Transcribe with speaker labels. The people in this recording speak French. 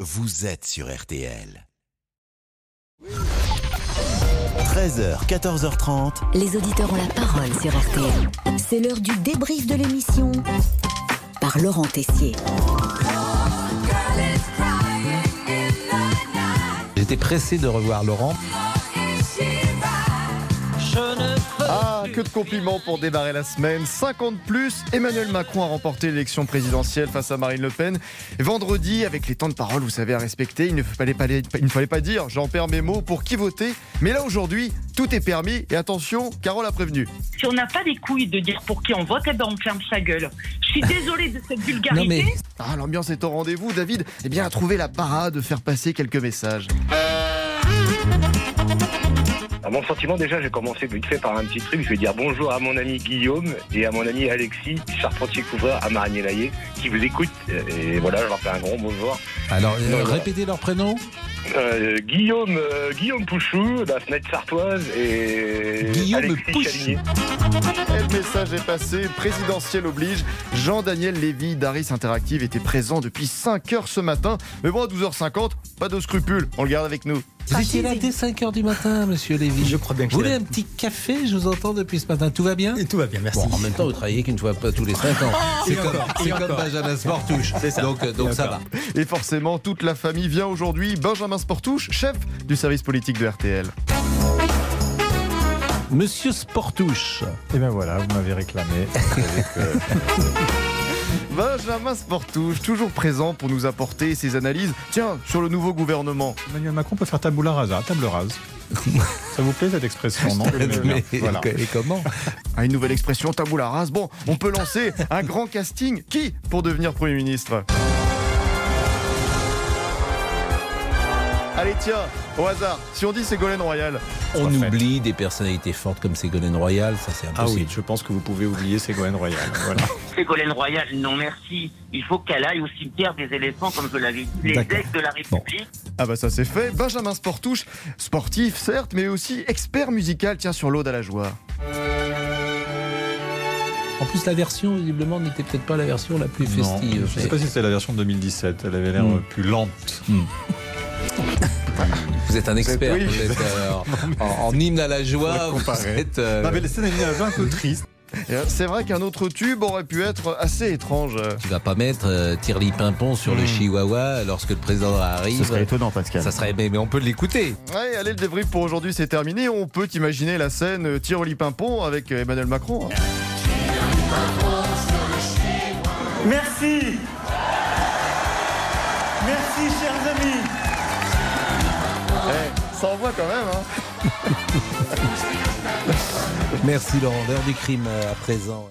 Speaker 1: vous êtes sur RTL. 13h, 14h30.
Speaker 2: Les auditeurs ont la parole sur RTL. C'est l'heure du débrief de l'émission par Laurent Tessier.
Speaker 3: J'étais pressé de revoir Laurent.
Speaker 4: Ah, que de compliments pour démarrer la semaine. 50 plus, Emmanuel Macron a remporté l'élection présidentielle face à Marine Le Pen. Et vendredi, avec les temps de parole, vous savez, à respecter, il ne fallait pas, il ne fallait pas dire, j'en perds mes mots, pour qui voter. Mais là, aujourd'hui, tout est permis. Et attention, Carole a prévenu.
Speaker 5: Si on n'a pas les couilles de dire pour qui on vote, eh ben on ferme sa gueule. Je suis désolée de cette vulgarité.
Speaker 3: Non mais
Speaker 4: Ah, l'ambiance est au rendez-vous. David, eh bien, a trouvé la parade de faire passer quelques messages.
Speaker 6: À mon sentiment, déjà, j'ai commencé vite fait par un petit truc. Je vais dire bonjour à mon ami Guillaume et à mon ami Alexis, charpentier-couvreur à Marigny-Laillé, qui vous écoutent. Et voilà, je leur fais un grand bonjour.
Speaker 3: alors
Speaker 6: Non,
Speaker 3: euh,
Speaker 6: non.
Speaker 3: répétez leur prénom.
Speaker 6: Euh, Guillaume, euh, Guillaume Pouchou, de la fenêtre sartoise, et
Speaker 3: Guillaume
Speaker 6: Alexis
Speaker 3: Pouchou.
Speaker 6: Chaligné.
Speaker 4: Et le message est passé, présidentiel oblige. Jean-Daniel Lévy d'Aris Interactive était présent depuis 5 h ce matin. Mais bon, à 12h50, pas de scrupules, on le garde avec nous.
Speaker 3: Vous étiez là dès 5h du matin, monsieur Lévy.
Speaker 7: Je crois bien que
Speaker 3: Vous
Speaker 7: je
Speaker 3: voulez
Speaker 7: l'ai.
Speaker 3: un petit café Je vous entends depuis ce matin. Tout va bien Ah,
Speaker 7: Et tout va bien, merci.
Speaker 3: Bon, en même temps, vous travaillez qu'une fois pas tous les 5 ans. C'est
Speaker 7: Et
Speaker 3: comme,
Speaker 7: encore,
Speaker 3: c'est
Speaker 7: et
Speaker 3: comme
Speaker 7: encore.
Speaker 3: Benjamin Sportouche. Donc, euh, donc
Speaker 7: Et
Speaker 3: ça
Speaker 7: encore.
Speaker 3: va.
Speaker 4: Et forcément, toute la famille vient aujourd'hui. Benjamin Sportouche, chef du service politique de RTL.
Speaker 3: Monsieur Sportouche,
Speaker 8: Et bien Eh ben voilà, vous m'avez réclamé.
Speaker 4: Benjamin Sportouche, toujours présent pour nous apporter ses analyses. Tiens, sur le nouveau gouvernement.
Speaker 8: Emmanuel Macron peut faire tabula rasa, table rase. Ça vous plaît cette expression, non
Speaker 3: mais
Speaker 8: Voilà.
Speaker 3: et comment
Speaker 4: Ah, une nouvelle expression, tabou la race. Bon, on peut lancer un grand casting. Qui pour devenir Premier ministre Allez, tiens, au hasard, si on dit Ségolène Royal.
Speaker 3: On
Speaker 8: Parfait.
Speaker 3: oublie des personnalités fortes comme Ségolène Royal, ça c'est
Speaker 8: Ah oui,
Speaker 3: impossible.
Speaker 8: je pense que vous pouvez oublier Ségolène Royal. Voilà.
Speaker 9: Ségolène Royal, non merci. Il faut qu'elle aille au cimetière des éléphants, comme je l'avais dit, les
Speaker 3: D'accord.
Speaker 9: ex de la République.
Speaker 4: Ah bah ça c'est fait. Benjamin Sportouche, sportif certes, mais aussi expert musical, tiens, sur l'Aude à la joie.
Speaker 3: En plus, la version, visiblement, n'était peut-être pas la version la plus
Speaker 8: Non, je
Speaker 3: festive.
Speaker 8: ne sais pas si c'est la version de 2017, elle avait l'air
Speaker 3: Hmm.
Speaker 8: euh, plus lente.
Speaker 3: Vous êtes un expert,
Speaker 4: Oui.
Speaker 3: vous êtes, euh, en, en hymne à la joie, vous êtes. euh,
Speaker 8: Non, Ah, mais la scène est un peu triste.
Speaker 4: Et, euh, C'est vrai qu'un autre tube aurait pu être assez étrange.
Speaker 3: Tu vas pas mettre euh, Tirli Pimpon sur le Chihuahua lorsque le président arrive.
Speaker 8: étonnant, Pascal.
Speaker 3: Ça Hmm. serait, mais, mais on peut l'écouter.
Speaker 4: Ouais, allez, le débrief pour aujourd'hui c'est terminé. On peut imaginer la scène euh, Tiroli Pimpon avec euh, Emmanuel Macron.
Speaker 10: Merci. Merci, chers amis.
Speaker 4: Eh, ça envoie quand même. Hein.
Speaker 3: Merci Laurent, l'heure du crime euh, à présent.